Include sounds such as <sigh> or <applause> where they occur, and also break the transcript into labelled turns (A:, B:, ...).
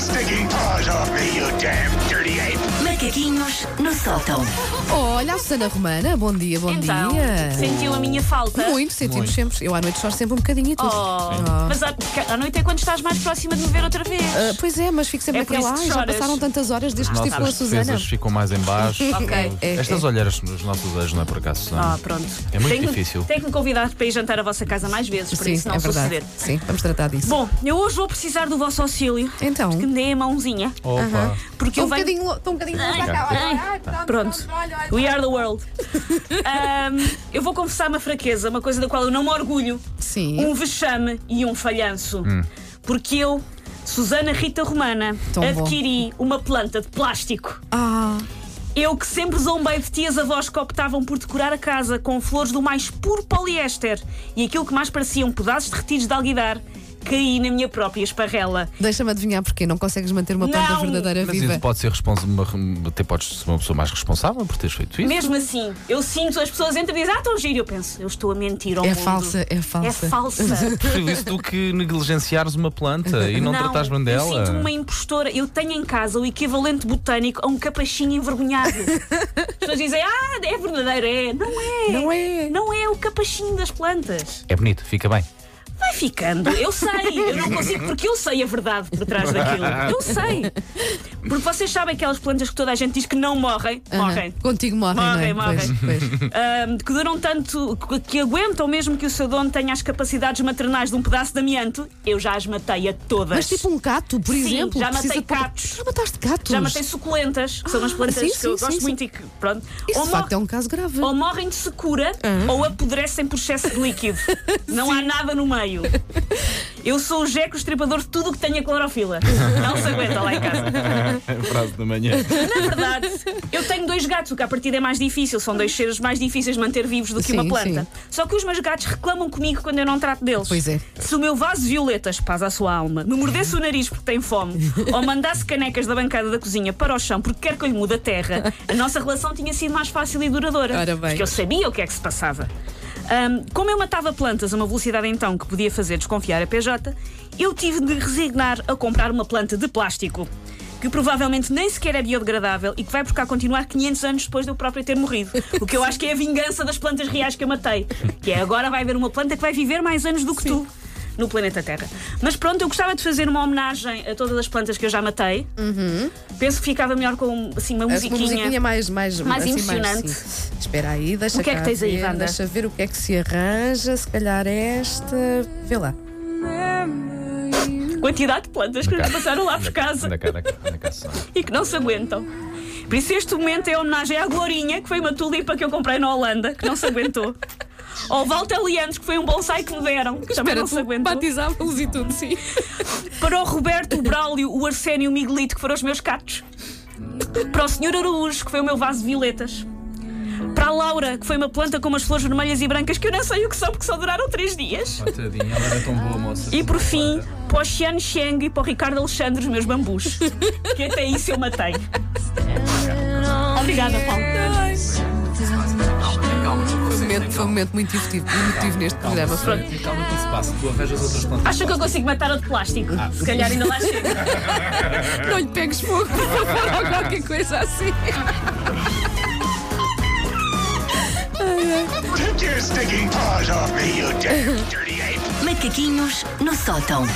A: stinking paws off me, you damn dirty ape!
B: Macaquinhos no sótão.
C: Olha, a Susana Romana, bom dia, bom
D: Então,
C: dia.
D: sentiu a minha falta?
C: Muito, sentimos sempre. Eu à noite choro sempre um bocadinho e
D: Oh,
C: tudo. Oh.
D: Mas à, porque à noite é quando estás mais próxima de me ver outra vez.
C: Ah, pois é, mas fico sempre
D: É por
C: naquela.
D: isso
C: Ai,
D: que
C: já
D: choras."
C: passaram tantas horas desde que estive com a
E: Nossas
C: Susana.
E: defesas ficam mais em baixo.
D: Tipo <laughs> Ok.
C: É,
E: Estas olheiras nos nossos olhos, não é por acaso, Susana?
D: Ah, pronto.
E: É muito
D: Tenho-
E: difícil.
D: Tenho que me convidar para ir jantar à vossa casa mais vezes, para
C: Sim,
D: isso não
C: é verdade.
D: suceder.
C: Sim, vamos tratar disso.
D: Bom, eu hoje vou precisar do vosso auxílio.
C: Então.
D: Que me deem a mãozinha.
E: Opa.
D: Porque
C: Estou um
D: eu venho.
C: bocadinho, lo- estou um bocadinho longe para cá.
D: Ai, Pronto. We are the world. <laughs> Ahm, eu vou confessar uma fraqueza, uma coisa da qual eu não me orgulho.
C: Sim,
D: Um vexame e um falhanço. Porque eu, Susana Rita Romana,
C: Hum. Tão bom.
D: adquiri uma planta de plástico.
C: ah,
D: Eu que sempre zombei de tias avós que optavam por decorar a casa com flores do mais puro poliéster e aquilo que mais pareciam pedaços derretidos de alguidar, caí na minha própria esparrela.
C: deixa-me adivinhar porquê. Não consegues manter uma planta
D: Não.
C: verdadeira
E: Mas
C: viva.
E: isso pode ser responsável. Até podes ser uma pessoa mais responsável por teres feito isso.
D: Mesmo assim, eu sinto as pessoas entram e dizem, ah, tão giro, eu penso, eu estou a mentir ao
C: É
D: mundo.
C: falsa, é falsa.
D: É
C: <laughs>
D: falsa.
E: Prefiro isso do que negligenciares uma planta e não, tratares bem dela.
D: Eu sinto-me uma impostora. Eu tenho em casa o equivalente botânico a um capachinho envergonhado.
C: <laughs>
D: As pessoas dizem, ah, é verdadeiro, é. Não é.
C: Não é.
D: Não é o capachinho das plantas.
E: É bonito, fica bem.
D: Vai ficando. Eu sei. Eu não consigo, porque eu sei a verdade por trás daquilo. Eu sei. Porque vocês sabem aquelas plantas que toda a gente diz que não morrem.
C: Aham.
D: Morrem.
C: Contigo morrem,
D: Morrem,
C: não é? Pois, pois.
D: Ahm, que duram tanto, que, que aguentam mesmo que o seu dono tenha as capacidades maternais de um pedaço de amianto, eu já as matei a todas.
C: Mas tipo um gato, por
D: Sim,
C: exemplo.
D: já
C: precisa
D: matei
C: de pon-
D: gatos.
C: Já mataste gatos?
D: Já matei suculentas, que são umas plantas
C: Ah, sim,
D: que eu
C: sim,
D: gosto
C: sim,
D: muito e que, pronto.
C: Isso
D: ou,
C: de
D: mor-
C: facto é um caso grave.
D: ou morrem de secura ou apodrecem por excesso
C: <laughs>
D: de líquido. Não há nada no meio. Eu sou o Jeco, estripador de tudo o que tenha clorofila. Não se aguenta lá em casa.
E: <laughs> Frase da manhã.
D: Na verdade, eu tenho dois gatos, o que à partida é mais difícil. São dois seres mais difíceis de manter vivos do que uma
C: Sim,
D: planta.
C: sim.
D: Só que os meus gatos reclamam comigo quando eu não trato deles.
C: Pois é.
D: Se o meu vaso de violetas, paz à sua alma, me mordesse o nariz porque tem fome, ou mandasse canecas da bancada da cozinha para o chão porque quer que eu lhe mude a terra, a nossa relação tinha sido mais fácil e duradoura.
C: Ora bem.
D: Porque eu sabia o que é que se passava. Ahm, como eu matava plantas a uma velocidade então que podia fazer desconfiar a PJ, eu tive de resignar a comprar uma planta de plástico. Que provavelmente nem sequer é biodegradável e que vai por cá continuar 500 anos depois de eu próprio ter morrido. O que eu acho que é a vingança das plantas reais que eu matei. Que é agora vai haver uma planta que vai viver mais anos do que tu no planeta Terra. Mas pronto, eu gostava de fazer uma homenagem a todas as plantas que eu já matei. Penso que ficava melhor com assim, uma
C: Assim, Uma Uhum. musiquinha mais, mais,
D: Mais
C: assim,
D: emocionante.
C: sim. Espera aí, deixa
D: O que é que
C: cá
D: tens aí,
C: ver,
D: Wanda?
C: Deixa ver o que é que se arranja, se calhar esta. Vê lá.
D: quantidade de plantas é que nos passaram lá por casa
E: Anda cá, anda cá, anda cá, Susana.
D: e que não se aguentam. Por isso, este momento é em homenagem à Glorinha, que foi uma tulipa que eu comprei na Holanda, que não se <laughs> aguentou. Ao Walter Leandros, que foi um bonsai que me deram, que também não se aguentou.
C: batizá-los e tudo, sim.
D: Para o Roberto, o Braulio, o Arsénio e o Miguelito, que foram os meus catos. Para o Sr. Araújo, que foi o meu vaso de violetas. Para a Laura, que foi uma planta com umas flores vermelhas e brancas que eu não sei o que são porque só duraram três dias.
E: Tadinha, ela era tão boa, moça.
D: E por fim, para o Xian Cheng e para o Ricardo Alexandre, os meus <laughs> bambus. que até isso eu matei. Obrigada, Paulo.
C: Foi um momento muito emotivo, muito emotivo neste programa. Pronto.
E: Calma que se passa, tu arranjas outras plantas.
D: Acha que eu consigo matar o de plástico? Se calhar ainda lá chega.
C: Não lhe pegues fogo, por favor, ou <laughs> qualquer coisa assim.
A: Take your stinking paws off me, you damn dirty ape!
B: Macaquinhos no sótão.